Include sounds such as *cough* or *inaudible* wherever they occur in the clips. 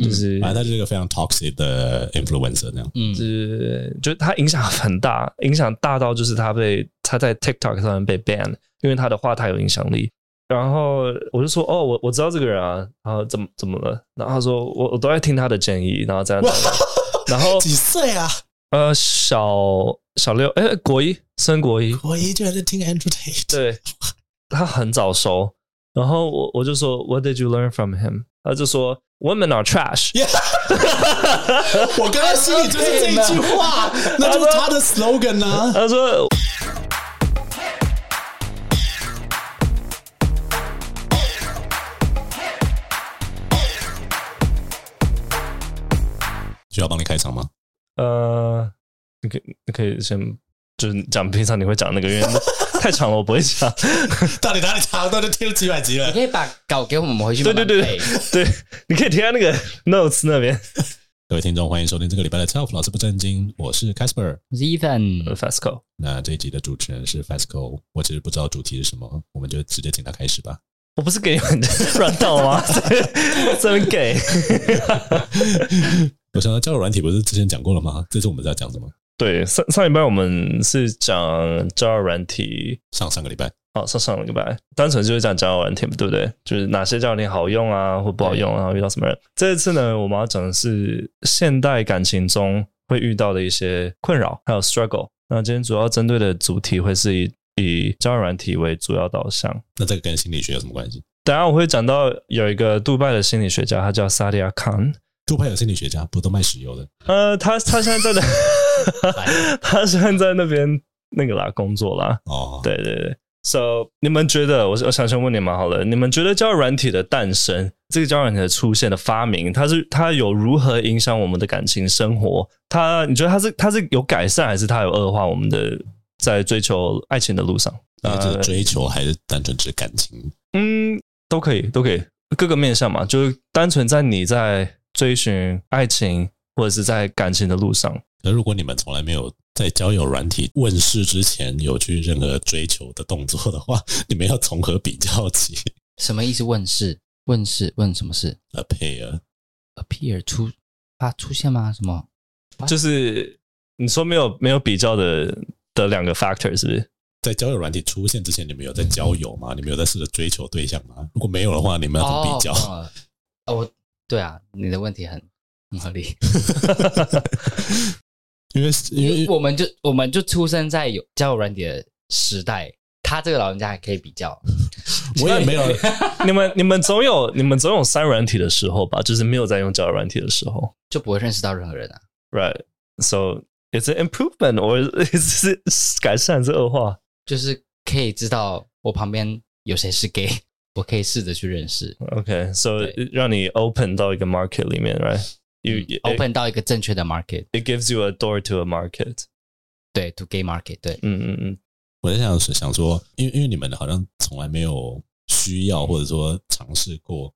就是反正他就是一个非常 toxic 的 influencer 那样。嗯，是，就他影响很大， *laughs* 影响大到就是他被他在 TikTok 上面被 ban，因为他的话太有影响力。然后我就说，哦，我我知道这个人啊，然后怎么怎么了？然后他说，我我都在听他的建议，然后这样， *laughs* 然后几岁啊？呃，小小六，哎，国一升国一，我一居然在听 Andrew Tate，对，他很早熟。然后我我就说，What did you learn from him？他就说，Women are trash。 *laughs* 我刚才心里就是这一句话，那就是他的 slogan 呢、啊。他说。需要帮你开场吗？呃，你可以你可以先就是讲平常你会讲那个，因为 *laughs* 太长了我不会讲。到底哪里长？到底听了几百集你了？可以把稿给我们回去对慢对慢对背。对，你可以贴在那个 notes 那边。各位听众，欢迎收听这个礼拜的 Self 老师不正经，我是 Casper。我是 Ethan， Fasco，那这一集的主持人是 Fasco，我其实不知道主题是什么，我们就直接请他开始吧。我不是给你们 *laughs* 软倒吗？真给。我想到交友软体不是之前讲过了吗？这次我们在讲什么？ *laughs* 对，上上礼拜我们是讲交友软体，上上个礼拜，哦，上上个礼拜，单纯就是讲交友软体，对不对？就是哪些交友软体好用啊，或不好用啊，然后遇到什么人。这一次呢，我们要讲的是现代感情中会遇到的一些困扰，还有 struggle。那今天主要针对的主题会是以以交友软体为主要导向。那这个跟心理学有什么关系？等一下我会讲到有一个杜拜的心理学家，他叫萨利亚康，杜拜有心理学家，不都卖石油的？呃，他他现在在那， *laughs* 他现在在那边那个啦工作啦，哦，，对对对。So，你们觉得，我我想先问你们好了，你们觉得交友软体的诞生，这个交友软体的出现的发明，它是它有如何影响我们的感情生活？它你觉得它是它是有改善，还是它有恶化我们的在追求爱情的路上？那这呃个追求还是单纯指感情？嗯，都可以，都可以，各个面向嘛，就是单纯在你在追寻爱情或者是在感情的路上，可如果你们从来没有在交友软体问世之前有去任何追求的动作的话，你们要从何比较起什么意思？问事？问事？问什么事？A pair ？appear 出发出现吗？什么？就是你说没有没有比较的的两个 factor 是不是？在交友软体出现之前，你们有在交友吗？你们有在试着追求对象吗？如果没有的话，你们要怎么比较？哦，哦哦我对啊，你的问题很很合理。因为因为我们就我们就出生在有交友软体的时代，他这个老人家还可以比较。 *laughs* 我也没有，你们你们总有你们总有删软体的时候吧，就是没有在用交友软体的时候就不会认识到任何人啊。 ，right? So it's an improvement or is it *laughs* 是改善还是恶化？就是可以知道我旁边有谁是 gay，我可以试着去认识 OK, so 对让你 open 到一个 market 里面，right? You 嗯 it- 嗯，open 到一个正确的 market， it gives you a door to a market. 对，to gay market，对，嗯嗯嗯，我在想想说，因为因为你们好像从来没有需要或者说尝试过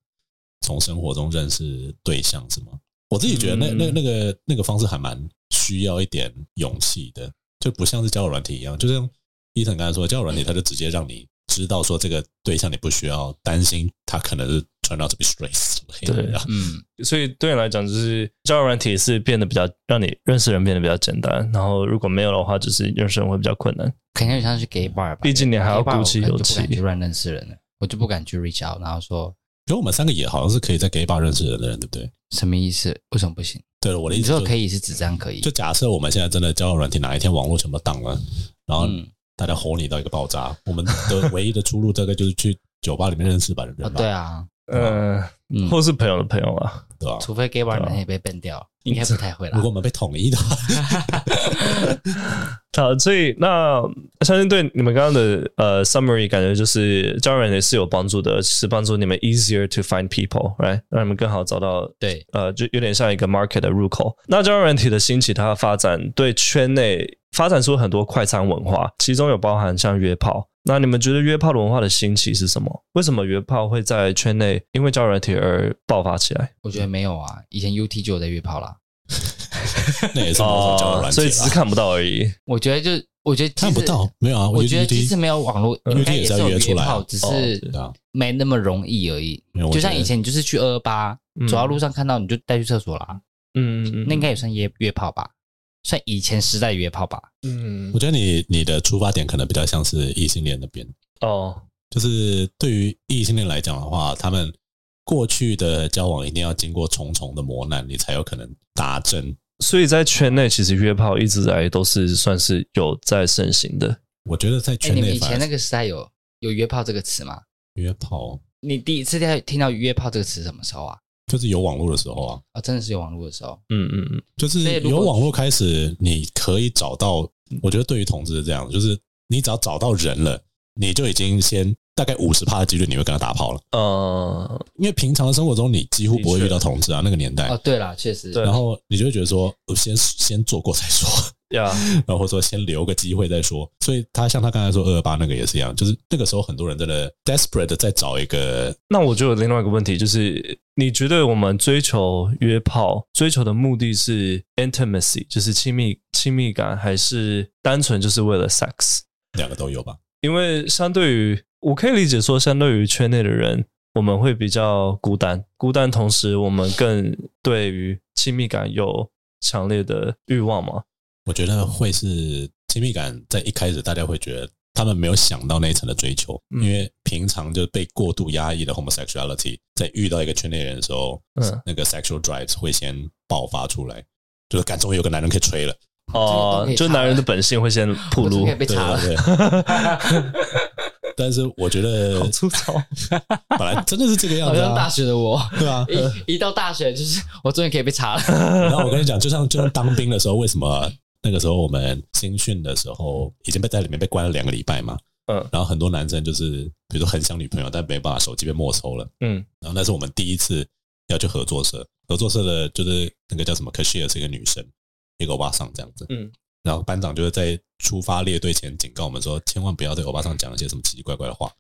从生活中认识对象，是吗？我自己觉得那嗯那那个那个方式还蛮需要一点勇气的，就不像是交友软体一样，就像伊藤刚才说，交友软体它就直接让你知道说这个对象你不需要担心他可能是传到这边 stress 之类的。嗯，所以对你来讲，就是交友软体是变得比较让你认识人变得比较简单，然后如果没有的话，就是认识人会比较困难。肯定像是 gay bar 吧，毕竟你还要 gay bar 鼓起勇我可能就不敢去气。乱认识人了，我就不敢去 reach out，然后说 *laughs* 可我们三个也好像是可以在 gay bar 认识人的人，对不对？什么意思？为什么不行？对了，我的意你思就说是可以是指这样可以就，假设我们现在真的交友软体哪一天网络全部当了，然后嗯，大家吼你到一个爆炸，我们的唯一的出路大概就是去酒吧里面认识吧，人吧，哦，对啊，嗯、嗯，或是朋友的朋友啊，哦对吧？除非 gay bar 对啊人也被 ban 掉，应该不太会啦如果。我们被统一的话，好，所以那相信对你们刚刚的呃 summary 感觉就是交友软体是有帮助的，是帮助你们 easier to find people，right？让你们更好找到对，呃，就有点像一个 market 的入口。那交友软体的兴起，它的发展对圈内发展出很多快餐文化，其中有包含像约炮。那你们觉得约炮的文化的兴起是什么？为什么约炮会在圈内因为交友软体而爆发起来？我觉得没有啊，以前 UT 就有在约炮啦，那也是某哦种交友软件啦，所以只是看不到而已。我觉得就我觉得即看使不到，没有啊？我觉得即其使实没有网络，嗯应该也是有约出来啊炮，只是对啊，没那么容易而已没有。我就像觉得以前你就是去二二八嗯，走到路上看到你就带去厕所啦，嗯，嗯那应该也算约约炮吧，算以前时代的约炮吧。嗯我觉得你你的出发点可能比较像是异性恋那边，哦，就是对于异性恋来讲的话，他们过去的交往一定要经过重重的磨难，你才有可能达成。所以在圈内其实约炮一直以来都是算是有在盛行的。我觉得在哎，圈你们内以前反那而个时代有有约炮这个词吗？约炮你第一次听到听到约炮这个词什么时候啊？就是有网络的时候啊，啊，真的是有网络的时候，嗯嗯嗯，就是所以如有果网络开始，你可以找到。我觉得对于同志是这样，就是你只要找到人了，你就已经先大概五十趴的几率你会跟他打炮了，呃，因为平常的生活中你几乎不的会确遇到同志啊，那个年代哦，。对啦，确实，对然后你就会觉得说，呃先先做过再说， *laughs* 呀，然后说先留个机会再说。所以他像他刚才说二二八那个也是一样，就是那个时候很多人真的 desperate 地在找一个，那我就有另外一个问题，就是你觉得我们追求约炮追求的目的是 intimacy，就是亲密亲密感，还是单纯就是为了 sex？两个都有吧？因为相对于我可以理解说，相对于圈内的人，我们会比较孤单，孤单同时我们更对于亲密感有强烈的欲望嘛。我觉得会是亲密感在一开始大家会觉得他们没有想到那一层的追求，嗯因为平常就被过度压抑的 homosexuality，在遇到一个圈内人的时候，嗯那个 sexual drive 会先爆发出来，就是感终于有个男人可以吹了，哦、这个都可以查就男人的本性会先暴我这露可以，被对查了。对。 *laughs* 但是我觉得好粗糙。本来真的是这个样好子像啊大，学 *laughs* 的我，对 *laughs* 啊，一一到大学就是 *laughs* 我终于可以被查了。然后我跟你讲，就像就像当兵的时候，为什么那个时候我们新训的时候已经被在里面被关了两个礼拜嘛？ *laughs* 嗯然后很多男生就是，比如说很想女朋友，但没办法，手机被没收了。嗯然后那是我们第一次要去合作社，合作社的就是那个叫什么 cashier 是一个女生，一个欧巴桑这样子。嗯，然后班长就是在出发列队前警告我们说，千万不要对欧巴桑讲一些什么奇奇怪怪的话。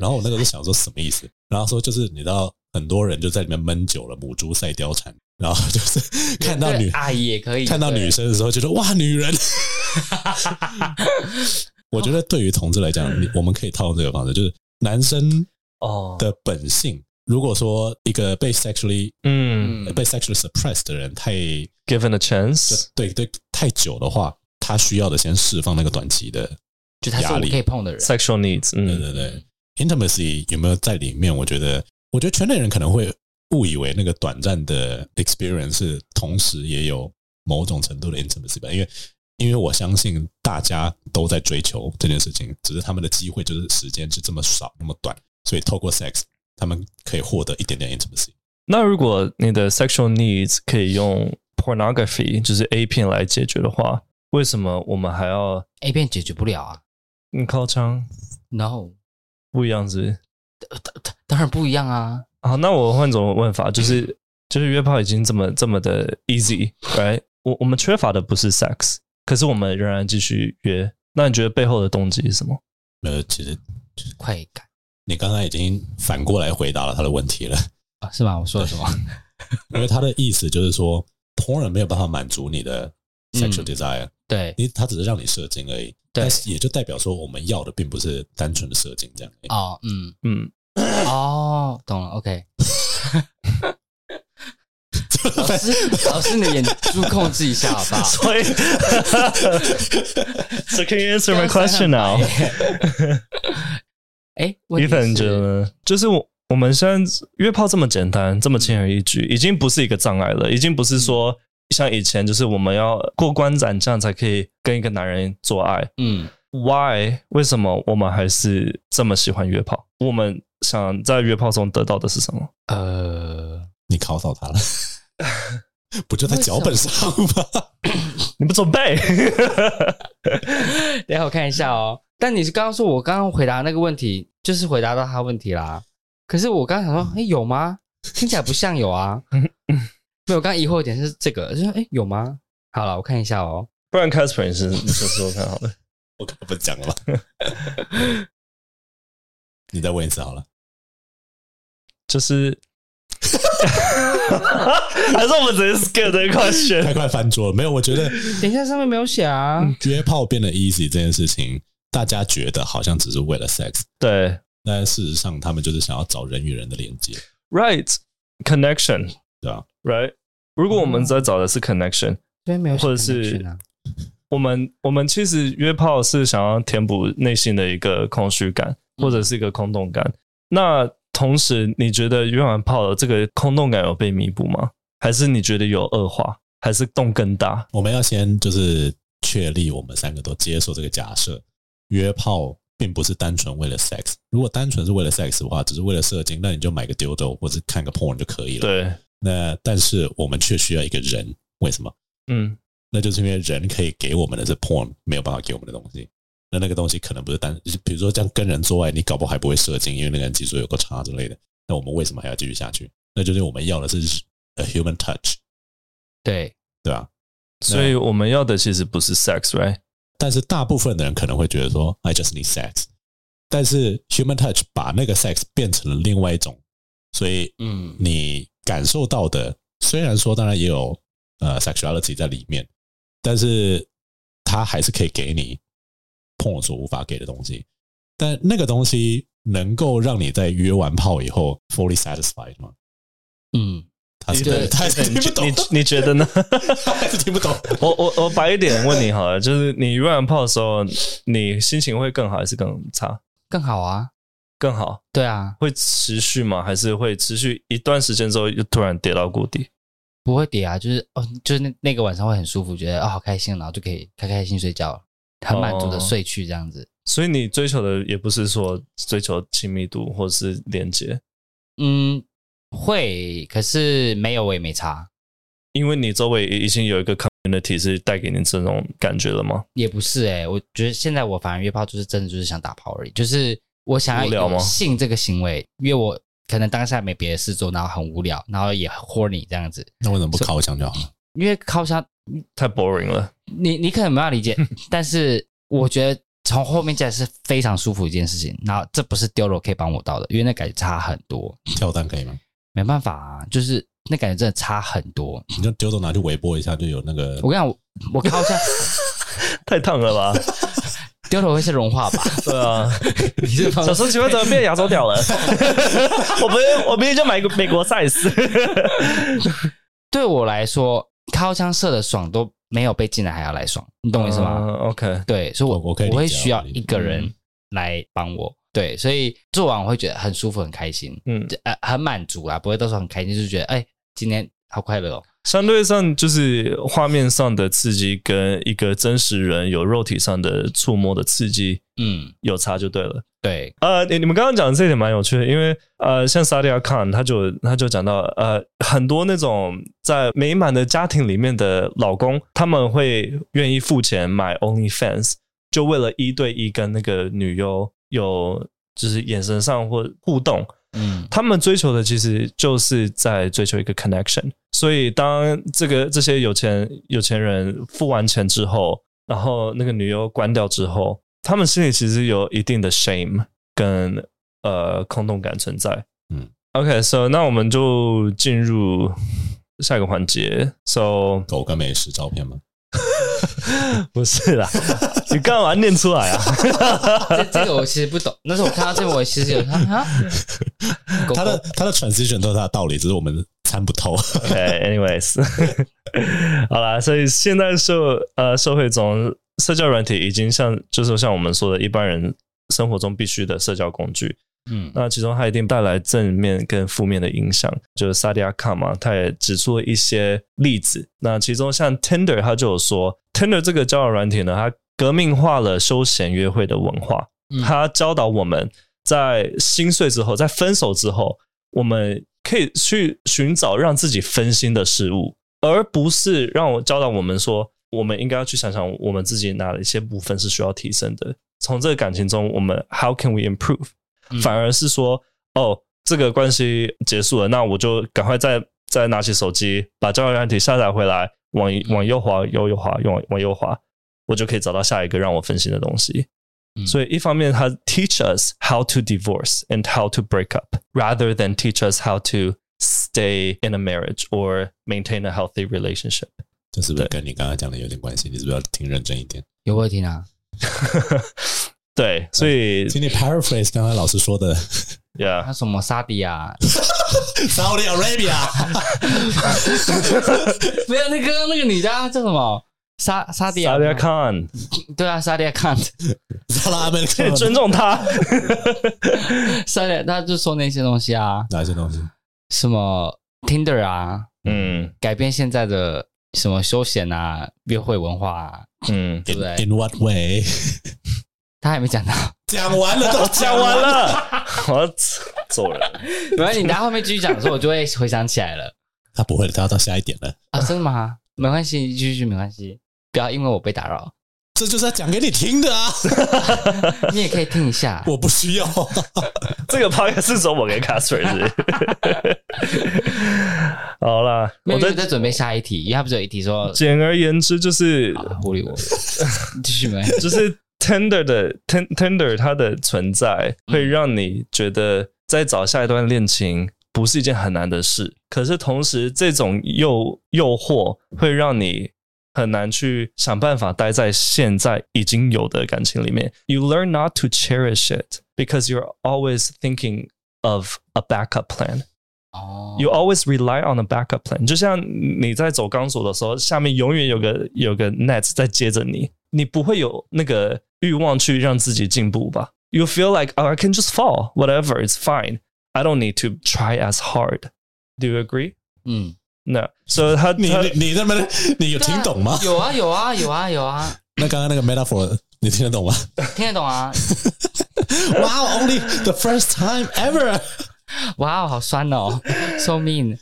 然后我那个时候想说什么意思？然后说就是你知道很多人就在里面闷久了，母猪赛貂蝉，然后就是看到对女阿姨也可以，看到女生的时候，觉得哇，女 *laughs* 人。我觉得对于同志来讲，嗯你我们可以套用这个方式，就是男生哦，的本性。如果说一个被 sexually 嗯嗯，被 sexually suppressed 的人太，given a chance，对对太久的话，他需要的先释放那个短期的，就他是我可以碰的人， sexual needs，对嗯对对，intimacy 有没有在里面？我觉得，我觉得圈内人可能会误以为那个短暂的 experience 是同时也有某种程度的 intimacy 吧，因为因为我相信大家都在追求这件事情，只是他们的机会就是时间是这么少那么短，所以透过 sex 他们可以获得一点点 intimacy。那如果你的 sexual needs 可以用 pornography，就是 A 片来解决的话，为什么我们还要 A 片哎解决不了啊。嗯靠枪 No，不一样子？当然不一样啊。好，那我换种问法，就是就是约炮已经这么这么的 easy，right？我我们缺乏的不是 sex，可是我们仍然继续约。那你觉得背后的动机是什么？呃，其实快感你刚刚已经反过来回答了他的问题了。啊，是吗？我说 *laughs* 了什么？因为他的意思就是说，同人没有办法满足你的 sexual desire，、对你他只是让你射精而已。对但是也就代表说，我们要的并不是单纯的射精这样。哦，嗯，嗯，哦，懂了。OK，老师，老师，你的眼珠控制一下好不好？所以，so can you answer my question 啊 now？ *laughs* 哎，伊问题凡觉得是呢？就是我我们现在约炮这么简单，这么轻而易举，已经不是一个障碍了，已经不是说像以前就是我们要过关斩将才可以跟一个男人做爱。嗯， Why？为什么我们还是这么喜欢约炮？我们想在约炮中得到的是什么？呃，你考倒他了， *laughs* 不就在脚本上吗？ *laughs* 你不准备？ *laughs* 等一下我看一下哦。但你是刚刚说，我刚刚回答那个问题，就是回答到他问题啦。可是我刚刚想说，哎，有吗？听起来不像 *laughs* 有啊。没有，我刚刚疑惑一点是这个，就是哎，有吗？好了，我看一下哦。不然 Casper 你是你先说看好了。我可不讲了吧？ *laughs* 你再问一次好了。就是 *laughs* 还是我们直接 skip 这一块选？太快翻桌了。没有，我觉得等一下上面没有写啊，嗯约炮变得 easy 这件事情，大家觉得好像只是为了 sex， *laughs* 对但事实上他们就是想要找人与人的连接， ，right connection，对吧？ right？如果我们在找的是 connection，、这边没有写或者是 connection 啊我们我们其实约炮是想要填补内心的一个空虚感，或者是一个空洞感。那同时，你觉得约完炮的这个空洞感有被弥补吗？还是你觉得有恶化？还是洞更大？我们要先就是确立我们三个都接受这个假设，约炮并不是单纯为了 sex。如果单纯是为了 sex 的话，只是为了射精，那你就买个丢丢或是看个 porn 就可以了。对，那但是我们却需要一个人，为什么？嗯，那就是因为人可以给我们的是 porn，没有办法给我们的东西。那那个东西可能不是单，比如说这样跟人做爱，你搞不好还不会射精，因为那个人技术有够差之类的。那我们为什么还要继续下去？那就是我们要的是 a human touch，对，对吧？所以我们要的其实不是 *laughs* sex，right？但是大部分的人可能会觉得说，I just need sex。但是 human touch 把那个 sex 变成了另外一种，所以嗯，你感受到的，虽然说当然也有呃 sexuality 在里面，但是它还是可以给你碰我所无法给的东西。但那个东西能够让你在约完炮以后 fully satisfied 吗？嗯，他是你觉得他还是听不 *laughs* 懂，你你觉得呢？他还是听不懂。我我我白一点问你好了，就是你约完炮的时候，你心情会更好还是更差？更好啊，更好对啊，会持续吗？还是会持续一段时间之后又突然跌到谷底？不会跌啊，就是哦，就是那那个晚上会很舒服，觉得哦好开心，然后就可以开开心心睡觉了，很满足的哦睡去这样子。所以你追求的也不是说追求亲密度或是连接，嗯，会，可是没有我也没差，因为你周围已经有一个 community 是带给你这种感觉了吗？也不是哎、我觉得现在我反而约炮就是真的就是想打炮而已，就是我想无聊要吗有性这个行为，因为我可能当下没别的事做，然后很无聊，然后也很 horny 这样子，那为什么不靠墙就好了？因为靠箱太 boring 了。你你可能没办法理解，嗯 *laughs* 但是我觉得从后面进来是非常舒服的一件事情。然后这不是丢了可以帮我到的，因为那感觉差很多，跳蛋可以吗？没办法啊，就是那感觉真的差很多。你就丢到拿去微波一下，就有那个我跟你讲，我我靠一 *laughs* 下太烫了吧？丢了会是融化吧？对 *laughs* 啊，你是小时候请问怎么变亚洲屌了？ *laughs* 我不是，我明天就买一个美国 size。对我来说，靠枪射的爽都没有被进来还要来爽，你懂我意思吗？嗯？OK，对，所以我啊我我可以理解啊会我可以需要理解一个人嗯来帮我。对，所以做完我会觉得很舒服、很开心，嗯，呃，很满足啦，不会到时候很开心，就是觉得哎、今天好快乐哦。相对上就是画面上的刺激跟一个真实人有肉体上的触摸的刺激嗯，有差就对了。对，呃，你你们刚刚讲的这一点蛮有趣的，因为呃，像萨利亚康他就他就讲到呃，很多那种在美满的家庭里面的老公，他们会愿意付钱买 OnlyFans，就为了一对一跟那个女优有就是眼神上或互动，嗯他们追求的其实就是在追求一个 connection。所以当这个这些有钱有钱人付完钱之后，然后那个女优关掉之后，他们心里其实有一定的 shame 跟呃空洞感存在。嗯，OK，so、那我们就进入下一个环节。So 狗跟美食照片吗？不是啦，你干嘛念出来啊？ *laughs* 这这个我其实不懂，那时候我看到这个，我其实有啊啊，狗他的狗他的 transition 都是他的道理，只是我们参不 *laughs* 透。 OK，anyways，、好啦，所以现在社呃社会中，社交软体已经像就是像我们说的一般人生活中必须的社交工具。嗯那其中它一定带来正面跟负面的影响。就是萨迪亚卡嘛，他也指出了一些例子。那其中像 Tinder，他就有说，Tinder 这个交友软体呢，它革命化了休闲约会的文化。嗯他教导我们在心碎之后，在分手之后，我们可以去寻找让自己分心的事物，而不是让我教导我们说，我们应该要去想想我们自己哪一些部分是需要提升的。从这个感情中，我们 how can we improve？、嗯反而是说，哦，这个关系结束了，那我就赶快再再拿起手机，把交友软体下载回来，往往右滑，右右滑，往往右滑，我就可以找到下一个让我分心的东西。所以一方面，它 teach us how to divorce and how to break up，rather than teach us how to s- stay in a marriage or maintain a healthy relationship. 这是不是跟你刚才讲的有点关系？你是不是要听认真一点？有啊问题呢？对，所以请你 paraphrase 刚才老师说的 yeah，他什么沙迪啊？ *laughs* Saudi *laughs* Arabia， *laughs* 没有，那刚刚那个女的啊叫什么？沙沙迪亚？萨利亚康，对啊，沙迪亚看，萨拉门 *laughs* 可以 *laughs* 尊重他。沙迪亚他就说那些东西啊，哪些东西？什么 Tinder 啊，嗯改变现在的什么休闲啊、约会文化啊，嗯，对不对 In what way？他还没讲到。 *laughs* 讲完了都讲完，了， *laughs* 我要走人。没关系，你到后面继续讲的时候，我就会回想起来了。 *laughs* 他不会的，他要到下一点了。啊，真的吗？没关系，继续继续没关系，不要因为我被打扰，这就是要讲给你听的啊！你也可以听一下。 *laughs* 我不需要，这个 podcast 是走我跟 Catherine 是不 *laughs* 是好啦，没我有，我在在准备下一题，因为他不是有一题说简而言之就是啊忽略我，继续没关系。就是 Tender 的 Ten Tender 它的存在会让你觉得在找下一段恋情不是一件很难的事，可是同时这种诱诱惑会让你。很难去想办法待在现在已经有的感情里面。You learn not to cherish it because you're always thinking of a backup plan. 哦 you always rely on a backup plan。就像你在走钢索的时候，下面永远有个有个 net 在接着你，你不会有那个欲望去让自己进步吧？You feel like oh, I can just fall, whatever, it's fine. I don't need to try as hard. Do you agree? 嗯， No. So 他 *laughs* 你他你你那么你有听懂吗？有啊有啊有啊有啊，那刚刚那个 metaphor 你听得懂吗听得懂啊？ ？Wow, only the first time ever。哇哦，好酸哦，so mean。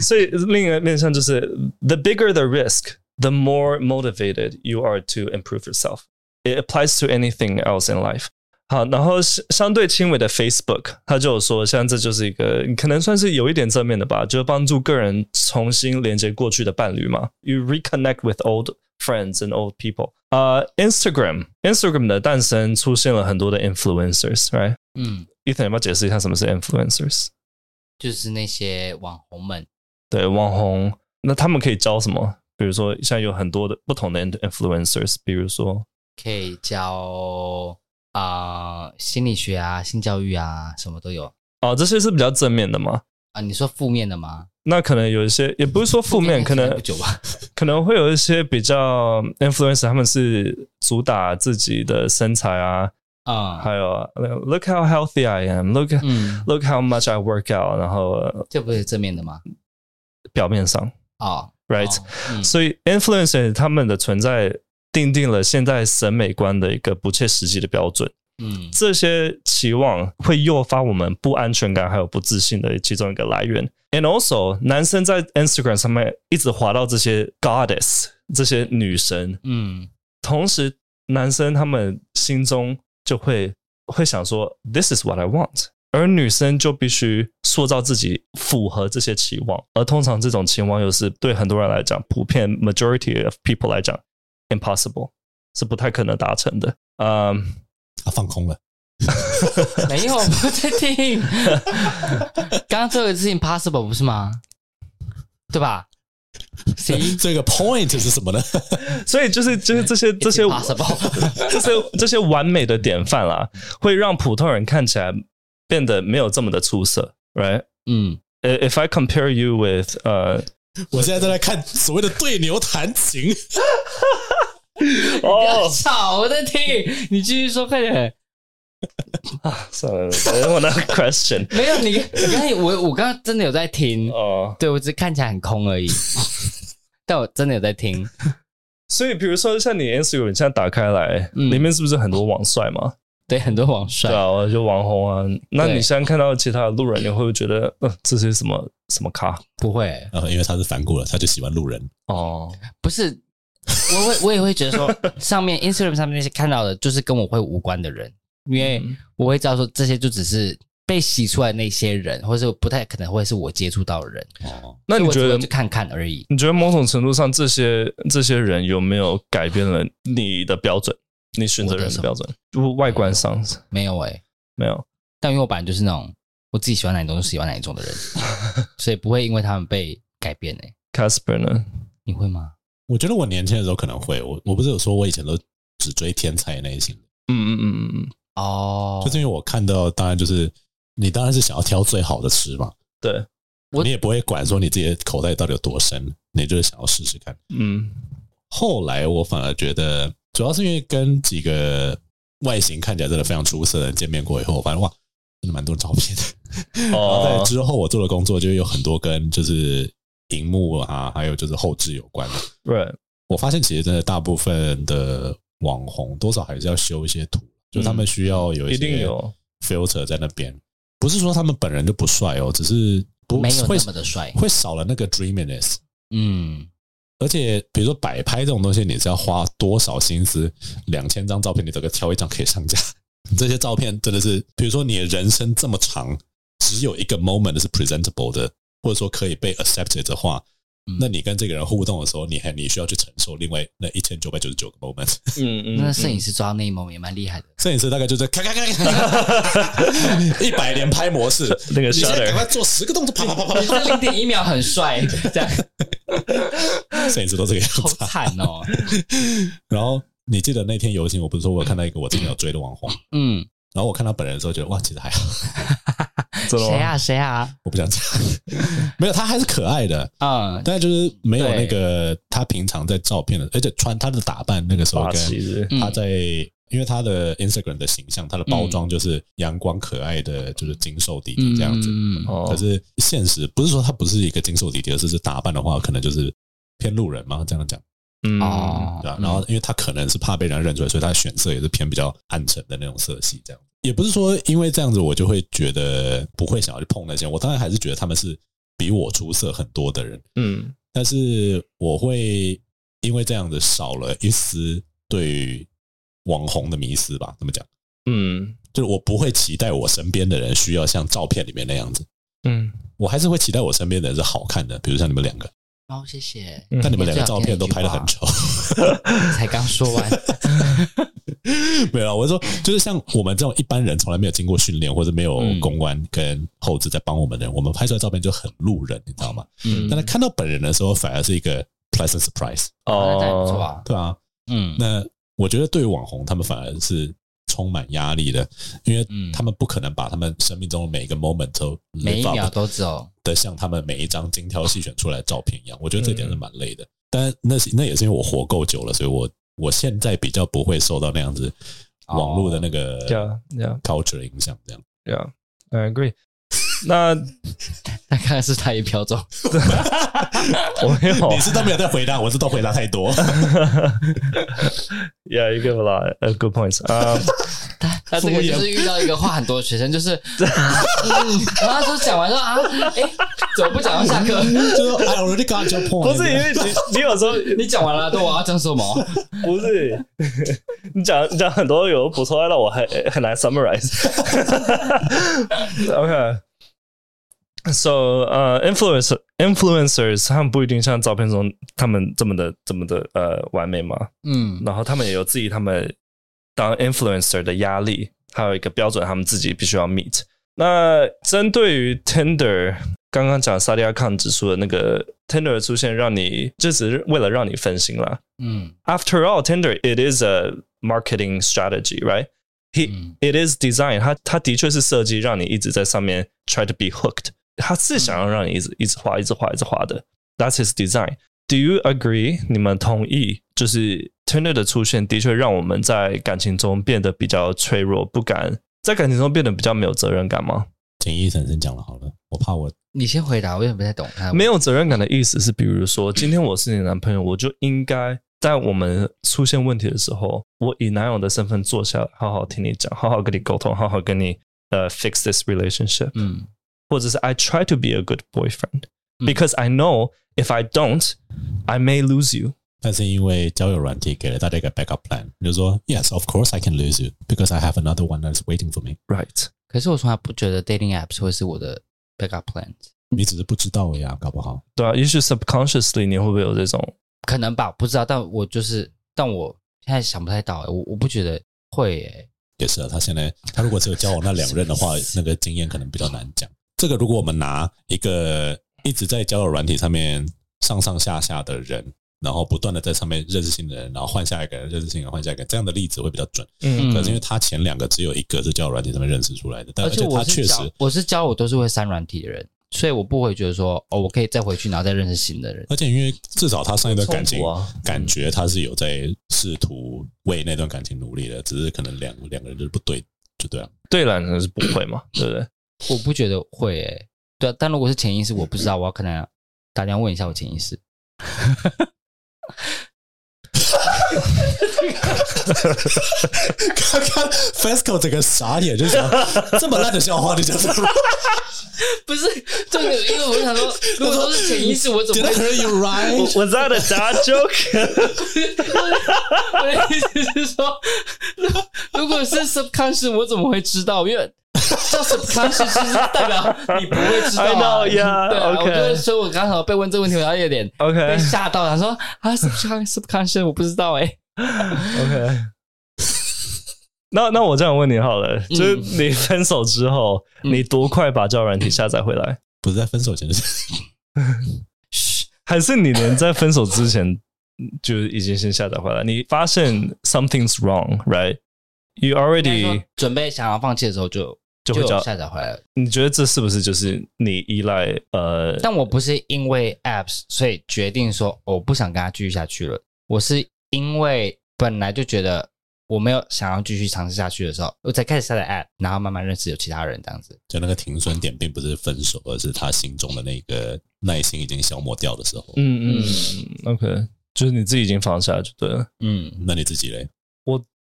所以另一个面向就是 the bigger the risk, the more motivated you are to improve yourself. It applies to anything else in life. 好，然后是相对轻微的 Facebook，它就有说，像这就是一个可能算是有一点正面的吧，就是帮助个人重新连接过去的伴侣嘛。You reconnect with old friends and old people. 啊、i n s t a g r a m Instagram 的诞生出现了很多的 influencers，right？嗯， Ethan 要不要解释一下什么是 influencers？就是那些网红们，对网红，那他们可以教什么？比如说，现在有很多的不同的 influencers，比如说，可以教啊、呃心理学啊、性教育啊，什么都有哦，这些是比较正面的嘛。啊。你说负面的吗？那可能有一些，也不是说负 *laughs* 面，可应该能不久吧。可能会有一些比较 influencer，他们是主打自己的身材啊，啊，还有 look how healthy I am，look、嗯， look how much I work out，然后呃这不是正面的吗？表面上哦，right，、哦嗯所以 influencer 他们的存在定定了现在审美观的一个不切实际的标准。嗯这些期望会诱发我们不安全感还有不自信的其中一个来源。And also，男生在 Instagram 上面一直滑到这些 goddess 这些女神，嗯同时男生他们心中就会会想说，This is what I want。而女生就必须塑造自己符合这些期望，而通常这种期望又是对很多人来讲，普遍 majority of people 来讲 impossible 是不太可能达成的。嗯、 *laughs* 他放空了， *laughs* 没有，我不在听。 *laughs* 刚刚最后一个事情 possible 不是吗？对吧？谁这个 point 是什么呢？所以就是就是这 *laughs* 些这些 possible？ *laughs* 这些这些完美的典范啦，会让普通人看起来变得没有这么的出色，right？嗯， Uh, If I compare you with 呃、我现在在看所谓的对牛弹 *laughs* 琴，不要 *laughs* 哦，吵，我在听，你继续说，快点。算了，I don't wanna question 没有你，你看我，我刚刚真的有在 *laughs* 听，哦。对我只是看起来很空而已，但我真的有在听。所以比如说像你 Instagram 现在打开来，嗯里面是不是很多网帅嘛？对，很多网对帅，啊，就网红啊。那你对现在看到其他的路人，你会不会觉得呃这是什么什么咖？不会，啊，因为他是反骨了，他就喜欢路人。哦，不是，我会，我也会觉得说，上面 Instagram 上面那些看到的，就是跟我会无关的人，因为我会知道说，这些就只是被洗出来那些人，或者是不太可能会是我接触到的人。哦，那你所以我觉只得会去看看而已？你觉得某种程度上，这些这些人有没有改变了你的标准？你选择人的标准，就外观上没有哎、没有。但因为我本来就是那种我自己喜欢哪一种就喜欢哪一 *laughs* 种的人，所以不会因为他们被改变诶、 Casper 呢？你会吗？我觉得我年轻的时候可能会，我我不是有说我以前都只追天才类型的，嗯嗯嗯嗯嗯，哦就是因为我看到，当然就是你当然是想要挑最好的吃嘛，对，我你也不会管说你自己的口袋到底有多深，你就是想要试试看。嗯后来我反而觉得，主要是因为跟几个外形看起来真的非常出色的人见面过以后，我发现哇，真的蛮多照片的。嗯然后在哦，之后我做的工作就有很多跟就是荧幕啊，还有就是后置有关的。对，我发现其实真的大部分的网红多少还是要修一些图，就嗯他们需要有一一定些有， filter 在那边，不是说他们本人就不帅哦，只是不没有会那么的帅。会少了那个 dreaminess。嗯，而且，比如说摆拍这种东西，你是要花多少心思？两千张照片，你整个挑一张可以上架。这些照片真的是，比如说你的人生这么长，只有一个 moment 是 presentable 的，或者说可以被 accepted 的话，嗯那你跟这个人互动的时候，你还你需要去承受另外那一千九百九十九个 moment。嗯嗯， *laughs* 那摄影师抓到那一幕也蛮厉害的。摄影师大概就在咔咔咔咔，一百连拍模式，那个你现在 shutter 赶快做十个动作，啪啪啪啪这零点一秒很 *laughs* 帅，这样啪，摄影师都这个样好子。惨哦。然后你记得那天游行，我不是说我有看到一个我真的有追的网红。嗯，然后我看他本人的时候，觉得哇，其实还好， *laughs* 怎么谁啊谁啊？我不想讲， *laughs* 没有，他还是可爱的，嗯，但就是没有那个他平常在照片的，而且穿他的打扮那个时候发起跟是嗯他在，因为他的 Instagram 的形象，他的包装就是阳光可爱的，就是精瘦弟弟这样子。嗯哦，可是现实不是说他不是一个精瘦弟弟，而是是打扮的话，可能就是偏路人嘛，这样讲嗯哦对吧？啊然后因为他可能是怕被人家认出来，所以他的选色也是偏比较暗沉的那种色系，这样。也不是说因为这样子我就会觉得不会想要去碰那些，我当然还是觉得他们是比我出色很多的人，嗯但是我会因为这样子少了一丝对于网红的迷思吧，怎么讲？嗯就是我不会期待我身边的人需要像照片里面那样子，嗯，我还是会期待我身边的人是好看的，比如像你们两个，哦，谢谢，嗯但你们两个照片都拍的很丑。 *laughs* 才刚说完， *laughs* 没有啊，我是说，就是像我们这种一般人，从来没有经过训练，或者没有嗯公关跟后置在帮我们的人，我们拍出来照片就很路人，你知道吗？嗯但他看到本人的时候，反而是一个 pleasant surprise，哦，那这样也不错哦，啊，对啊。嗯，那我觉得对于网红，他们反而是充满压力的，因为嗯他们不可能把他们生命中的每一个 moment 都每一 live 秒 up 都只有的像他们每一张精挑细选出来的照片一样，我觉得这嗯点是蛮累的。但那是那也是因为我活够久了，所以我我现在比较不会受到那样子网络的哦那个哦呀呀 culture 的影响，这样。呀，I agree。那那看来是他一票中， *laughs* 我没有你是都没有在回答，我是都回答 *laughs* 太多。 ，Yeah, you give a lot of good points. 啊，那这个就是遇到一个话很多的学生，就是，嗯，然后他就讲完说啊，哎，怎么不讲到下课？ *laughs* 就是 I already got your point。不是因为你你有时候你讲完了，对我要讲什么？不是你讲你讲很多有补充，让我还很难 *laughs* summarize. OK. So, 呃、i n f l u e n c e influencers 他们不一定像照片中他们这么的这么的呃完美嘛，嗯然后他们也有自己他们当 influencer 的压力，还有一个标准，他们自己必须要 meet。那针对于 Tinder，刚刚讲萨利亚康指出的那个 Tinder 的出现，让你这只是为了让你分心啦。嗯 After all, Tinder it is a marketing strategy, right? He 嗯 it is design，它它的确是设计让你一直在上面 try to be hooked，它是想要让你一直一直滑，一直滑，一直滑的。That's his design. Do you agree？你们同意？就是 Tinder 的出现的确让我们在感情中变得比较脆弱，不敢在感情中变得比较没有责任感吗？请医生先讲了好了，我怕我你先回答，我有点不太懂他。没有责任感的意思是，比如说，今天我是你男朋友，我就应该在我们出现问题的时候，我以男友的身份坐下来，好好听你讲，好好跟你沟通，好好跟你呃、fix this relationship。嗯，或者是 I try to be a good boyfriend 嗯 because I know if I don't, I may lose you。但是因为交友软体给了大家一个 backup plan，你就说 Yes, of course I can lose you because I have another one that's waiting for me。 Right？可是我从来不觉得 dating apps 会是我的 backup plan，你只是不知道而已啊，搞不好。对啊，也许 subconsciously 你会不会有这种？可能吧，不知道。但我就是，但我现在想不太到、欸，我我不觉得会、欸，也是啊，他现在他如果只有交往那两任的话，那个经验可能比较难讲。这个如果我们拿一个一直在交友软体上面上上下下的人，然后不断的在上面认识新的人，然后换下一个人，认识新的人，换下一个人，这样的例子会比较准。嗯嗯可是因为他前两个只有一个是交友软体上面认识出来的，但而而且且我他是确实教我是教我都是会删软体的人，所以我不会觉得说哦，我可以再回去然后再认识新 *laughs* 的人。而且因为至少他上一段感冲情突啊，感觉他是有在试图为那段感情努力的，只是可能两两个人就是不对，就对啊 *laughs* 了。对懒可能是不会嘛，对不对？我不觉得会诶、对啊，但如果是潜意识，我不知道，我要可能打电话问一下我潜意识。刚刚 FESCO 整个傻眼，就想 *laughs* 这么烂的笑话，你讲什么 *laughs* 不是，重点，因为我想 *laughs* 说，如果说是潜意识，我怎么 *laughs* 会？ hear you right？我知道的假 joke，我的意思是说，如如果是 subconscious，我怎么会知道？因为叫 subconscious 就是代表你不会 *laughs* 知道、啊。 I know, yeah, 对啊 okay 我就是所以我刚好被问这个问题，我要有点 OK 被吓到，想说啊，subconscious subconscious，我不知道哎、 OK，那那我这样问你好了，就是你分手之后，嗯你多快把交友软体下载回来？不是在分手前的事，嘘，还是你连在分手之前就已经先下载回来？你发现 something's wrong，right？You 应该 already 说准备想要放弃的时候就就会有叫下载回来了。你觉得这是不是就是你依赖呃但我不是因为 apps 所以决定说哦我不想跟他继续下去了，我是因为本来就觉得我没有想要继续尝试下去的时候，我才开始下载 app，然后慢慢认识有其他人这样子。就那个停损点并不是分手，而是他心中的那个耐心已经消磨掉的时候。嗯嗯嗯，OK，就是你自己已经放下就对了。嗯，那你自己嘞？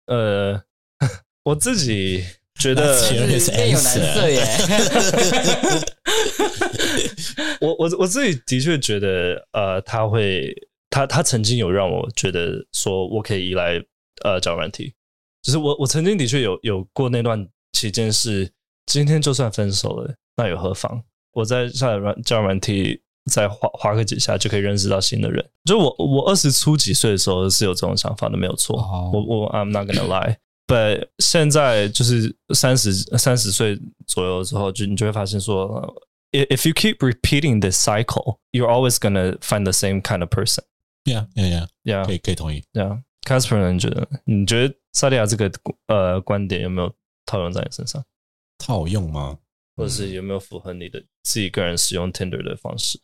呃， *laughs* 我自己觉得 That's your- 是面有难色耶。 *laughs* 我我我自己的确觉得，呃，他会，他他曾经有让我觉得说我可以依赖呃找软体，就是我我曾经的确有有过那段期间是，今天就算分手了，那又何妨？我在下载软交友软体再划划个几下就可以认识到新的人。就我我二十出几岁的时候是有这种想法的，没有错。哦我我 I'm not gonna lie。But 现在就是三十三十岁左右之后，就你就会发现说，if 呃 if you keep repeating this cycle, you're always gonna find the same kind of person. Yeah, yeah, yeah，可 Yeah, 以可以同意。 yeah. Casper，你觉得你觉得萨利亚这个呃观点有没有套用在你身上，套用吗？嗯或者是有没有符合你的自己个人使用 Tinder 的方式？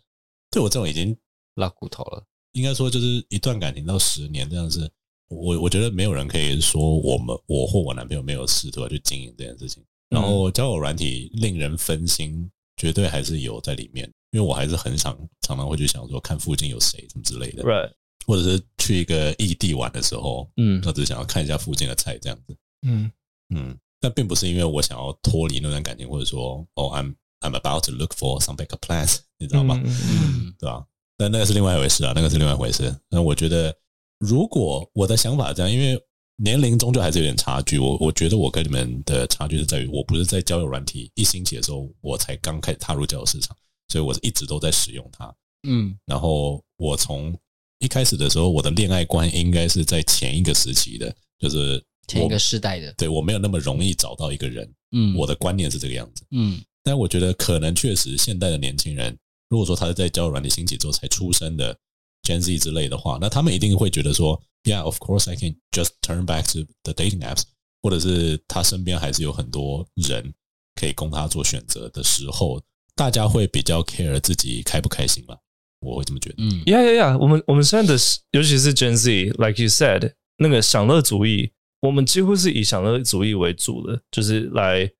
对我这种已经老骨头了，应该说就是一段感情到十年这样是，我我觉得没有人可以说我们我或我男朋友没有试图要去经营这件事情。嗯然后交友软体令人分心，绝对还是有在里面，因为我还是很想常常会去想说看附近有谁什么之类的， Right，或者是去一个异地玩的时候，嗯我只是想要看一下附近的菜这样子。嗯嗯，但并不是因为我想要脱离那段感情，或者说哦，I'm I'm about to look for some backup plans，你知道吗？嗯，对吧、但那个是另外一回事啊，那个是另外一回事。那我觉得，如果我的想法是这样，因为年龄终究还是有点差距。我我觉得我跟你们的差距是在于，我不是在交友软体一兴起的时候，我才刚开始踏入交友市场，所以我是一直都在使用它。嗯然后我从一开始的时候，我的恋爱观应该是在前一个时期的，就是前一个世代的，对我没有那么容易找到一个人。嗯，我的观念是这个样子。嗯但我觉得可能确实现代的年轻人，如果说他是在交友软体兴起之后才出生的 Gen Z 之类的话，那他们一定会觉得说，Yeah, of course I can just turn back to the dating apps，或者是他身边还是有很多人可以供他做选择的时候，大家会比较 care 自己开不开心吧？我会这么觉得。嗯， ，Yeah Yeah Yeah，我们我们现在的尤其是 Gen Z，like you said，那个享乐主义，我们几乎是以享乐主义为主的，就是来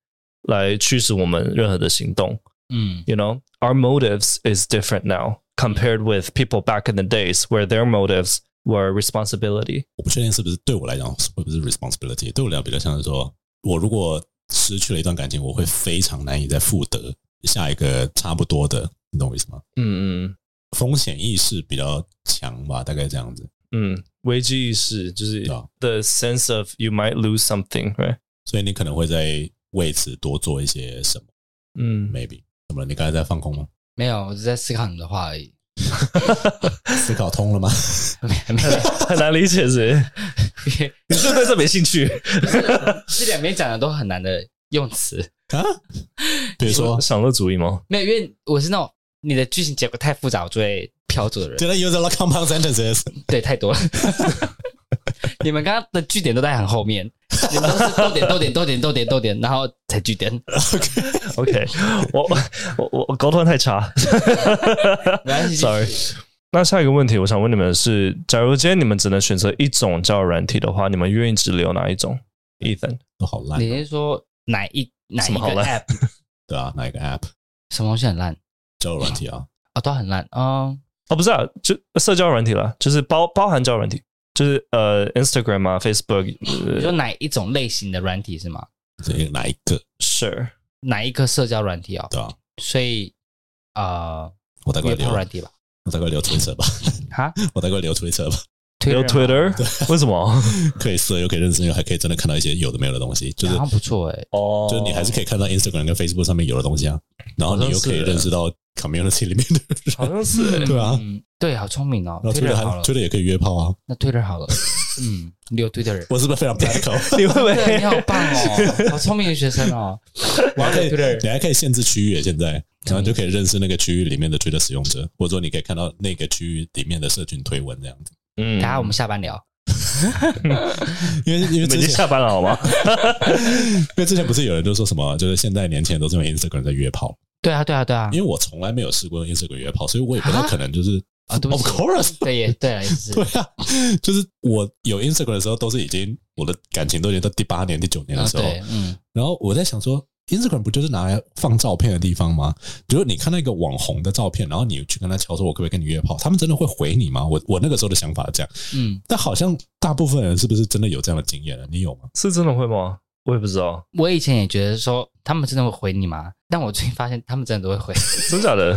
来驱使我们任何的行动。嗯 you know our motives is different now compared with people back in the days where their motives were responsibility 我不确定是不是对我来讲会不是 responsibility，对我来讲比较像是说，我如果失去了一段感情，我会非常难以再复得下一个差不多的，你懂我意思吗？嗯嗯风险意识比较强吧，大概这样子。嗯危机意识就是对啊 the sense of you might lose something right 所以你可能会在为此多做一些什么 *laughs* 嗯，maybe 怎么了？你刚才在放空 *laughs* 吗？没有，我只是在思考你的话而已。思考通了吗？ *laughs* 没没有很难理解是你是不是对这没兴趣？，这两边讲的都很难的用词。啊，比如说享乐主义吗？没有，因为我是那种你的剧情结构太复杂，我就会飘走的人。 did I use a lot of compound sentences？对，太多了。你们刚刚的据点都在很后面，你们都是逗点、逗点、逗点、逗点、逗点，然后才据点。 OK，我我我我沟通太差没关系继续，sorry。那下一个问题，我想问你们是：假如今天你们只能选择一种交友软体的话，你们愿意只留哪一种？Ethan，都好烂，你是说哪一哪一什么个好烂 app 对啊，哪一个 app 什么东西很烂交友软体啊？哦，都很烂哦。哦，不是啊，就社交软体啦，就是包包含交友软体，就是呃，Instagram 啊，Facebook，你说呃哪一种类型的软体是吗？这哪一个？ ，Sure，哪一个社交软体哦？对啊，所以呃，我大概约留炮，软体吧？我大概留 Twitter 吧， *laughs* 哈，我大概留 Twitter 吧， *laughs* 有 Twitter 吗 Twitter，为什么？可以色又可以认识，又还可以真的看到一些有的没有的东西，就是好像不错哎。哦 *laughs* 就是你还是可以看到 Instagram 跟 Facebook 上面有的东西啊，然后你又可以认识到 community 里面的人，好像是对啊，嗯，对，好聪明哦。然后 Twitter Twitter 还好了， Twitter 也可以约炮啊，那 Twitter 好了。嗯，留 *laughs* Twitter。我是不是非常 *laughs* practical？ *laughs* 你会不对，你会？好棒哦，好聪明的学生哦。你还可以 Twitter 你还可以限制区域耶现在，然后你就可以认识那个区域里面的 Twitter 使用者，或者说你可以看到那个区域里面的社群推文这样 *laughs* 子，嗯等下我们下班聊。因为因为你们之已经前下班了好吗？ *laughs* 因为之前不是有人就说什么，就是现在年轻人都是用 Instagram 在约炮，对啊，对啊，对啊因。为我从来没有试过用 Instagram 约炮，所以我也不太啊可能就是啊对不 of 起 course，对也对了，也 *laughs* 是对啊，就是我有 Instagram 的时候，都是已经我的感情都已经到第八年、第九年啊的时候，对，嗯，然后我在想说，Instagram 不就是拿来放照片的地方吗？就是你看到一个网红的照片，然后你去跟他敲说，我可不可以跟你约炮？他们真的会回你吗？我我那个时候的想法是这样，嗯，但好像大部分人是不是真的有这样的经验呢？你有吗？是真的会吗？我也不知道，我以前也觉得说他们真的会回你吗？但我最近发现他们真的都会回，真假的？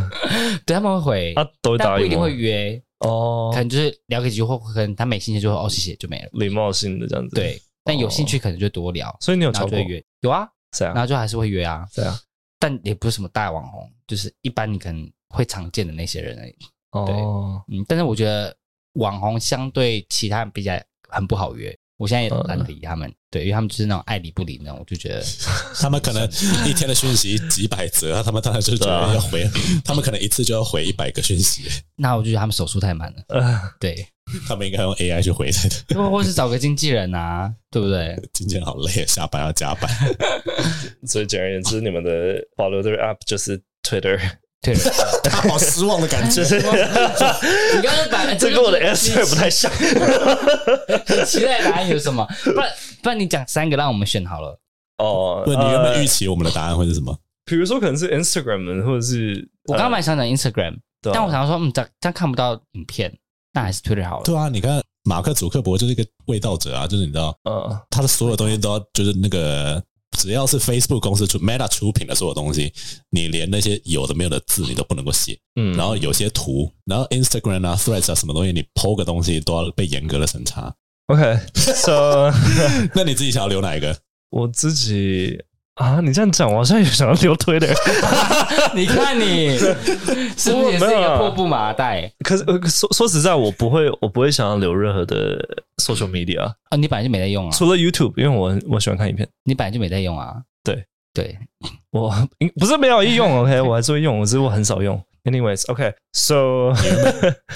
对他们会回，啊，都会但答不一应定吗会？约，哦可，能就是聊个几句，或可能他没兴趣就会哦谢谢就没了。礼貌性的这样子。，对，但有兴趣可能就多聊，所以你有然后敲就过会约。有啊，谁然后啊？就还是会约啊，谁啊？但也不是什么大网红，就是一般你可能会常见的那些人而已。哦，嗯，但是我觉得网红相对其他人比较很不好约。我现在也懒得理他们，对，因为他们就是那种爱理不理那种，我就觉 *laughs* 得他们可能一天的讯息几百则，他们当然就觉得要回，他们可能一次就要回一百个讯息，那我就觉得他们手速太慢了，呃，对，他们应该用 AI 去回才对。或或是找个经纪人啊，对不对？今天好累，下班要加班。 *laughs* 所以简而言之，你们的保留的 App 就是 Twitter， *laughs* *laughs* 对，他好失望的感就 *laughs* 觉。是你刚刚打这跟我的 S 你 r 不太像。 *laughs* 你期待答案有什么？不然不然你讲三个让我们选好了。 *laughs* 哦，不，你原呃本预期我们的答案会是什么？比如说可能是 Instagram 或者是我刚刚买，蛮想讲 Instagram，对啊但我想说，嗯，这样这样看不到影片，那还是 Twitter 好了。对啊，你看马克·祖克伯就是一个味道者啊，就是你知道呃，他的所有东西都要就是那个。只要是 Facebook 公司出 Meta 出品的所有东西，你连那些有的没有的字你都不能够写，嗯，然后有些图，然后 Instagram 啊、Threads 啊什么东西，你 PO 个东西都要被严格的审查。 *laughs* OK，so 那你自己想要留哪一个？ *laughs* 我自己啊，你这样讲，我好像也想要留 Twitter， *laughs* 你 *laughs* 看你是不是也是一没有个啊破布马带？ *laughs* 可是呃说说实在，我不会，我不会想要留任何的 social media，哦，你本来就没在用啊，除了 YouTube，因为我我喜欢看影片。你本来就没在用啊。对对，我嗯不是没有意 *laughs* 用，OK，我还是会用，我只是我很少用。Anyways，OK，so、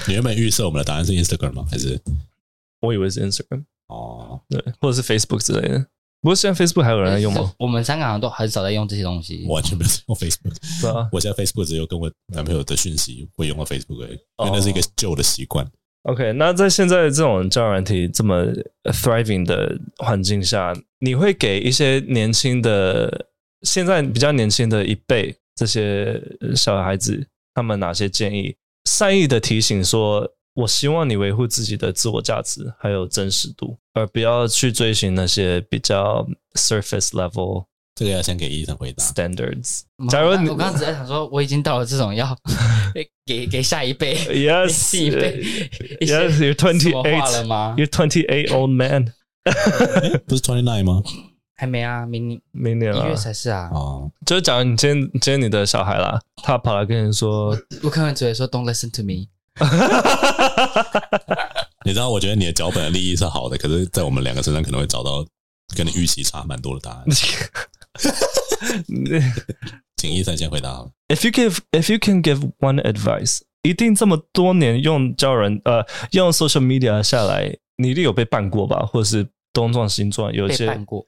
你原本预设我们的答案是 Instagram 吗？还是我以为是 Instagram，哦，对，或者是 Facebook 之类的。不过现在 Facebook 还有人在用就是 *laughs* 吗？我们三个好像都很少在用这些东西我。完全没有用 Facebook。对啊我现在 Facebook 只有跟我男朋友的讯息会用到 Facebook，而已因为哦那是一个旧的习惯。 ，OK，那在现在这种交友软体这么 thriving 的环境下，你会给一些年轻的、现在比较年轻的一辈这些小孩子，他们哪些建议？善意的提醒说，我希望你维护自己的自我价值还有真实度，而不要去追寻那些比较 surface level 这个要先给医生回 *laughs* 答。standards 嗯。假如你我刚刚只在想说，我已经到了这种要 *laughs* 给给下一 *laughs* 辈、 Yes, *laughs* 一辈 uh, *laughs* yes, you're *laughs* 什么话了 28. 吗？ You're 28 old man. 不是 twenty nine 吗？还没啊，明年明年一了月，才是啊。哦，就是假如你今天今天你的小孩啦，他跑来跟你说， *laughs* 我可能只会说 “Don't listen to me”， *laughs* 你知道，我觉得你的脚本的利益是好的，可是，在我们两个身上可能会找到跟你预期差蛮多的答案。 *laughs* 请一三先回答好了。 If you give, if you can give one advice，一定这么多年用教人呃用 social media 下来，你一定有被办过吧，或者是东撞西撞，有一被些办过。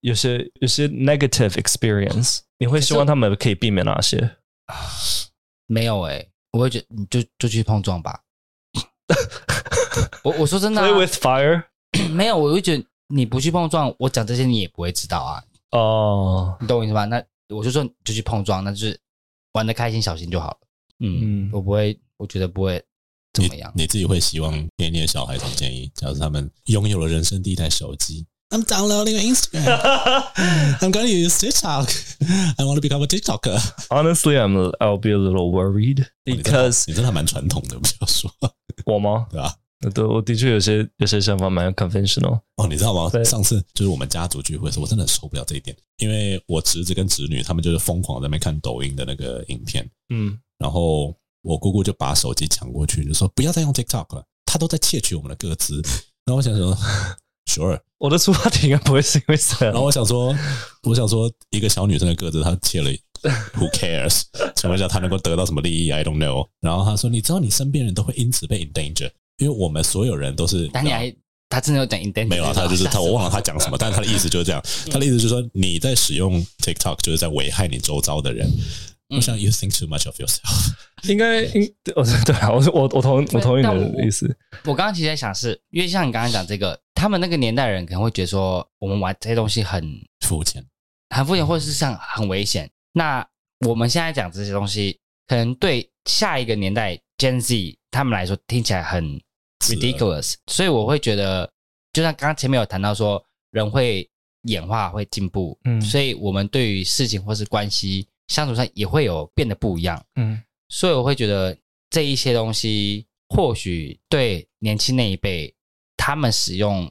有些有些 negative experience，你会希望他们可以避免哪些？没有哎、我会觉得你就就去碰撞吧。 *laughs* 我我说真的啊、 Play with fire 没有，我会觉得你不去碰撞，我讲这些你也不会知道啊， *laughs* 哦，你懂我意思吧？那我就说你就去碰撞，那就是玩的开心小心就好了。嗯，嗯我不会，我觉得不会怎么样。你自己会希望给你的小孩什么建议？假如他们拥有了人生第一台手机，I'm *laughs* downloading *laughs* Instagram, I'm going to use TikTok, *laughs* I want to become a TikToker。 Honestly, I'm I'll be a little worried 你真的 because 你真的还蛮传统的，不要说我吗？对吧？对，我的确有些有些想法蛮 conventional。哦，你知道吗对？上次就是我们家族聚会的时候，我真的受不了这一点，因为我侄子跟侄女他们就是疯狂在那边看抖音的那个影片，嗯，然后我姑姑就把手机抢过去，就说不要再用 TikTok 了，他都在窃取我们的个资。 *laughs* 然后我想说，sure，我的出发点应该不会是因为这然后样。我想说，我想说，一个小女生的个子，她切了，Who cares？请问一下，她能够得到什么利益？I don't know。然后她说，你知道你身边人都会因此被 endanger，因为我们所有人都是但你还他真的有讲 intent 没有啊，她就是她，我忘了她讲什么，但是她的意思就是这样，她的意思就是说，你在使用 TikTok 就是在危害你周遭的人。我想，You think too much of yourself。应该应我对啊，我我我同我同意但你我的意思。我刚刚其实在想是，因为像你刚刚讲这个，他们那个年代的人可能会觉得说，我们玩这些东西很肤浅，很肤浅，或者是像很危险。那我们现在讲这些东西，可能对下一个年代 Gen Z 他们来说听起来很是啊 ridiculous，所以我会觉得，就像刚刚前面有谈到说，人会演化会进步，嗯所以我们对于事情或是关系相处上也会有变得不一样。嗯，所以我会觉得这一些东西，或许对年轻那一辈，他们使用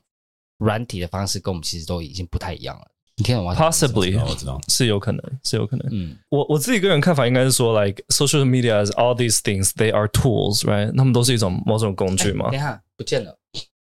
软体的方式跟我们其实都已经不太一样了。你听懂我要讲的是什么 Possibly 然后我知道，是有可能，是有可能。嗯，我我自己个人看法应该是说，like social media is all these things, they are tools, right？他们都是一种某种工具嘛哎等一。下不见了，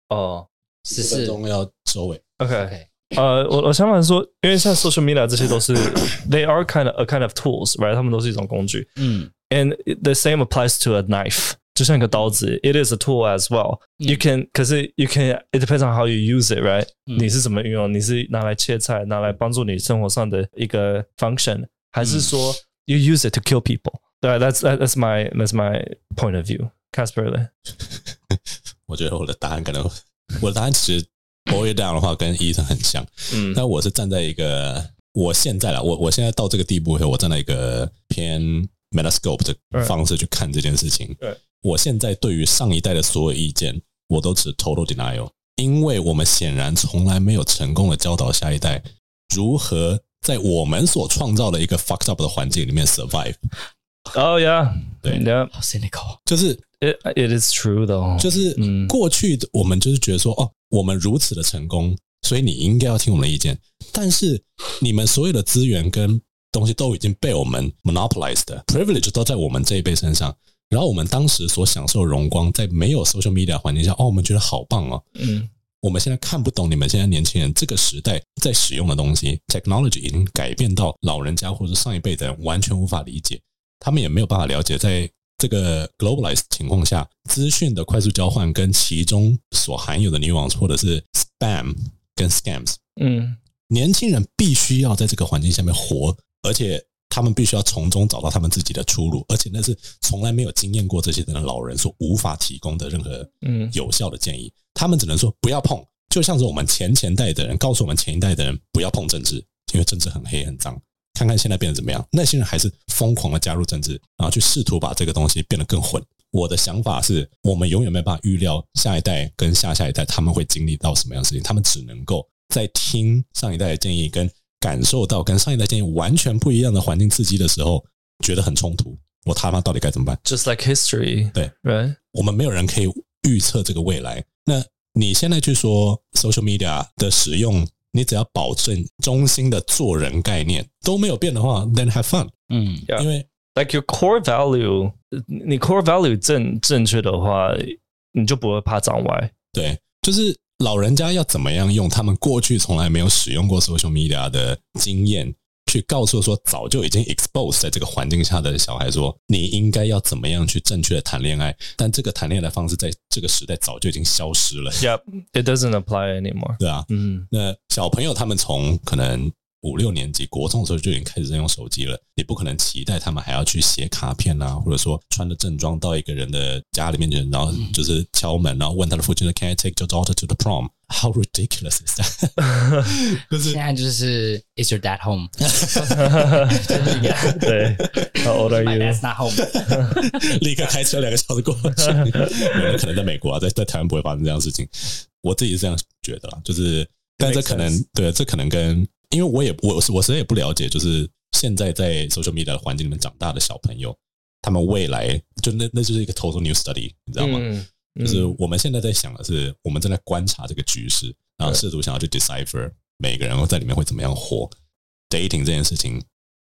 哦十分四钟要收尾。 ，OK， OK，呃，我我想法是说，因为像 social media 这些都是 *coughs* they are kind of a kind of tools, right？他们都是一种工具。嗯 and it- the same applies to a knife. 就像一个刀子, It is a tool as well. You can, 可是 you can. It depends on how you use it, right? 嗯你是怎么运用？你是拿来切菜，拿来帮助你生活上的一个 function，还是说 you use it to kill people? That- that's that- that's my that's my point of view. Casper 嘞，我觉得我的答案可能， *laughs* 我的答案其实 boil it down 的话，跟医生很像。嗯但我是站在一个我现在啦，我我现在到这个地步以后，我站在一个偏 metascope 的方式去看这件事情。对我现在对于上一代的所有意见，我都持 total denial，因为我们显然从来没有成功的教导下一代如何在我们所创造的一个 fucked up 的环境里面 survive。 ，Oh yeah，对。 yeah, 好 cynical，就是 it it is true though. 就是嗯过去的我们就是觉得说，哦，我们如此的成功，所以你应该要听我们的意见。但是你们所有的资源跟东西都已经被我们 monopolized 的 privilege 都在我们这一辈身上。然后我们当时所享受的荣光，在没有 social media 的环境下，哦，我们觉得好棒哦。嗯我们现在看不懂你们现在年轻人这个时代在使用的东西，technology 已经改变到老人家或者上一辈的人完全无法理解，他们也没有办法了解，在这个 globalized 情况下，资讯的快速交换跟其中所含有的 nuance 或者是 spam 跟 scams，嗯年轻人必须要在这个环境下面活，而且他们必须要从中找到他们自己的出路，而且那是从来没有经验过这些的老人所无法提供的任何嗯有效的建议，他们只能说不要碰。就像是我们前前代的人告诉我们前一代的人不要碰政治，因为政治很黑很脏。看看现在变得怎么样，那些人还是疯狂的加入政治，然后去试图把这个东西变得更混。我的想法是，我们永远没有办法预料下一代跟下下一代他们会经历到什么样的事情，他们只能够在听上一代的建议，跟感受到跟上一代建议完全不一样的环境刺激的时候，觉得很冲突。我他妈到底该怎么办？ ，just like history，对，right，我们没有人可以预测这个未来。那你现在去说 social media 的使用，你只要保证中心的做人概念都没有变的话，then have fun。嗯 Yeah. 因为 like your core value，你 core value 正正确的话你就不会怕长歪。对，就是老人家要怎么样用他们过去从来没有使用过 social media 的经验，去告诉说早就已经 expose 在这个环境下的小孩说，你应该要怎么样去正确的谈恋爱，但这个谈恋爱的方式在这个时代早就已经消失了， Yep, it doesn't apply anymore。 *laughs* 对啊，嗯，那小朋友他们从可能五六年级、国中的时候就已经开始在用手机了，你不可能期待他们还要去写卡片啊，或者说穿着正装到一个人的家里面去，然后就是敲门，然后问他的父亲说 “Can I take your daughter to the prom?” How ridiculous is that？就是现在就是 Is your dad home？对，How old are My you？ dad's not *laughs* home。 *laughs* 立刻开车两个小时过去。没有可能在美国啊，在在台湾不会发生这样的事情。我自己是这样觉得啦，就是，但这可能 sense 对，这可能跟因为我也我我实在也不了解，就是现在在 social media 的环境里面长大的小朋友，他们未来就那那就是一个 total new study，你知道吗？嗯，就是嗯我们现在在想的是，我们正在观察这个局势，然后试图想要去 decipher 每个人在里面会怎么样活。dating 这件事情，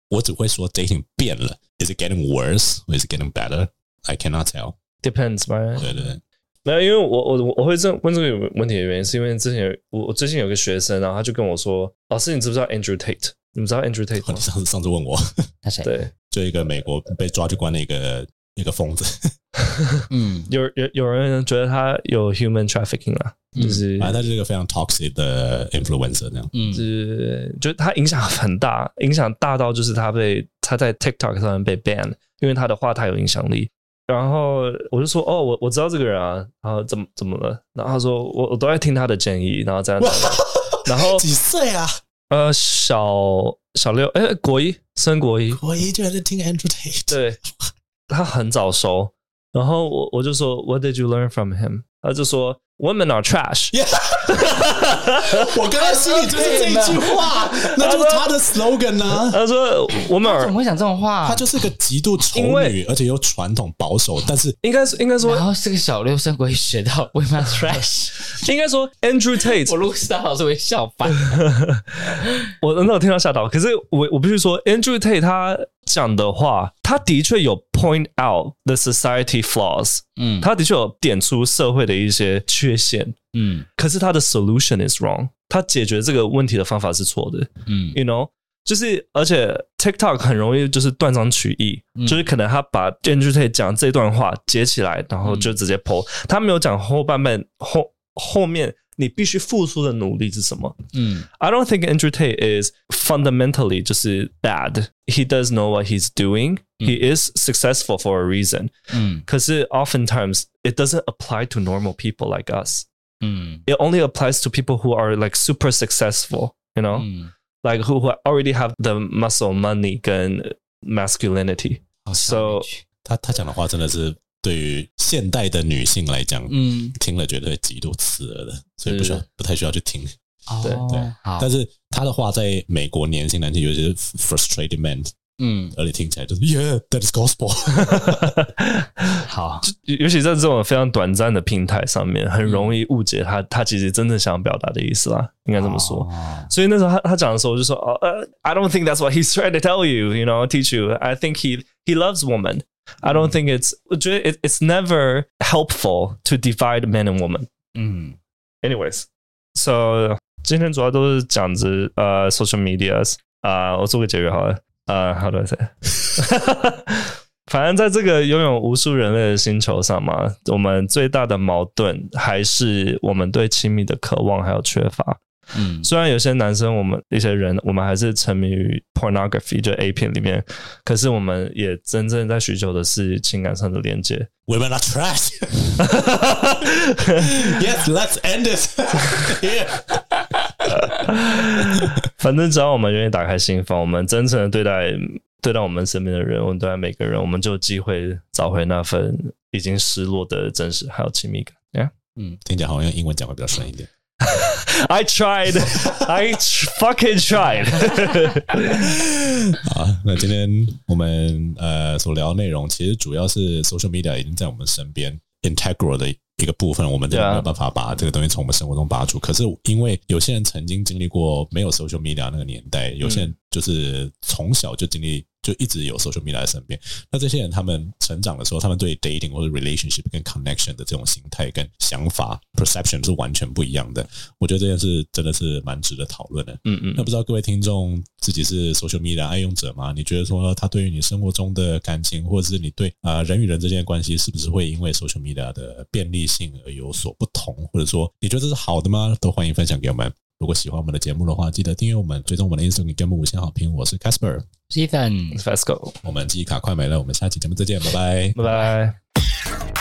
我只会说 dating 变了，is it getting worse or is it getting better? I cannot *laughs* tell。 depends right？对对对，没有，因为我我我我会这问这个问题的原因，是因为之前有我我最近有个学生，然后他就跟我说：“老师，你知不知道 Andrew Tate？你们知道 Andrew Tate 你吗上次上次问我，那谁？对，就一个美国被抓去关的一个一个疯子，嗯，有有有人觉得他有 human trafficking 啊，就是、 *laughs* 反正他就是一个非常 toxic 的 influencer 这样。嗯就，是就他影响很大，影响大到就是他被他在 TikTok 上面被 ban，因为他的话太有影响力。然后我就说哦，我我知道这个人啊，然后怎么怎么了？然后他说我我都在听他的建议，然后这样，然 *laughs* 后几岁啊？呃小小六哎国一升国一，我一居然在听 Andrew Tate，对，他很早熟。然后我我就说 What did you learn from him？他就说 Women are trash。我刚刚心里就是这一句 *laughs* 话，那就是他的 slogan 啊。他说 Women 怎 are *laughs* 么会讲这种话？他就是个极度丑因女为，而且又传统保守，但是应该是应该说然后这个小六生鬼学到 *laughs* We must trash。应该说 Andrew Tate *laughs* 我如果是他老师，我会笑翻。我那我听到吓到，可是我我必须说，Andrew Tate 他讲的话，他的确有 point out the society flaws，嗯他的确有点出社会的一些缺陷，嗯可是他的 solution is wrong，他解决这个问题的方法是错的嗯，you know。就是，而且 TikTok 很容易就是断章取义，嗯就是可能他把 Andrew Tate 讲这段话截起来，然后就直接 PO，、他没有讲后半半后后面你必须付出的努力是什么。嗯 I don't think Andrew Tate is fundamentally just bad. He does know what he's doing. He is successful for a reason. 嗯 Because oftentimes it doesn't apply to normal people like us. 嗯 It only applies to people who are like super successful, you know, 嗯， like who, who already have the muscle, money, and masculinity. 好 So- 他他讲的话真的是对于现代的女性来讲，嗯听了觉得极度刺耳的，所以不需要是不太需要去听。对对哦，好但，是他的话在美国年轻男性，尤其是 frustrated man，嗯而且听起来就是 Yeah，that is gospel。 *laughs* 好，尤尤其在这种非常短暂的平台上面，很容易误解他他其实真正想表达的意思啦，应该这么说。哦所以那时候他他讲的时候，我就说哦，呃、i don't think that's what he's trying to tell you, you know, teach you. I think he he loves women. I don't think it's 我觉得 it, it's never helpful to divide men and women. 嗯 Anyways, so 今天主要都是讲着呃、social medias 啊、我做个结语好了。呃、h o w do I say？反正在这个拥有无数人类的星球上嘛，我们最大的矛盾还是我们对亲密的渴望还有缺乏。嗯虽然有些男生，我们一些人，我们还是沉迷于 pornography 就 A 片里面，可是我们也真正在寻求的是情感上的连接。 *laughs* Women are trash. *laughs* yes, let's end it. *laughs* Yeah. 反正只要我们愿意打开心房，我们真诚的对待对待我们身边的人，我们对待每个人，我们就有机会找回那份已经失落的真实还有亲密感。Yeah, 听起来好像英文讲会比较顺一点。 I tried, *laughs* I fucking tried *laughs* *laughs* 好，那今天我们呃所聊的内容，其实主要是 social media 已经在我们身边 integral 的一个部分，我们真的没有办法把这个东西从我们生活中拔除。可是因为有些人曾经经历过没有 social media 那个年代，有些人就是从小就经历就一直有 social media 在身边。那这些人他们成长的时候，他们对 dating 或者 relationship 跟 connection 的这种心态跟想法 perception 是完全不一样的。我觉得这件事真的是蛮值得讨论的。嗯嗯那不知道各位听众自己是 social media 爱用者吗？你觉得说他对于你生活中的感情，或者是你对啊、呃人与人之间的关系，是不是会因为 social media 的便利性而有所不同？或者说你觉得这是好的吗？都欢迎分享给我们。如果喜欢我们的节目的话，记得订阅我们，追踪我们的 Instagram，给我们五星好评。我是 Casper， Stephen。 ，Let's go，我们记忆卡快没了，我们下期节目再见，拜拜。拜拜。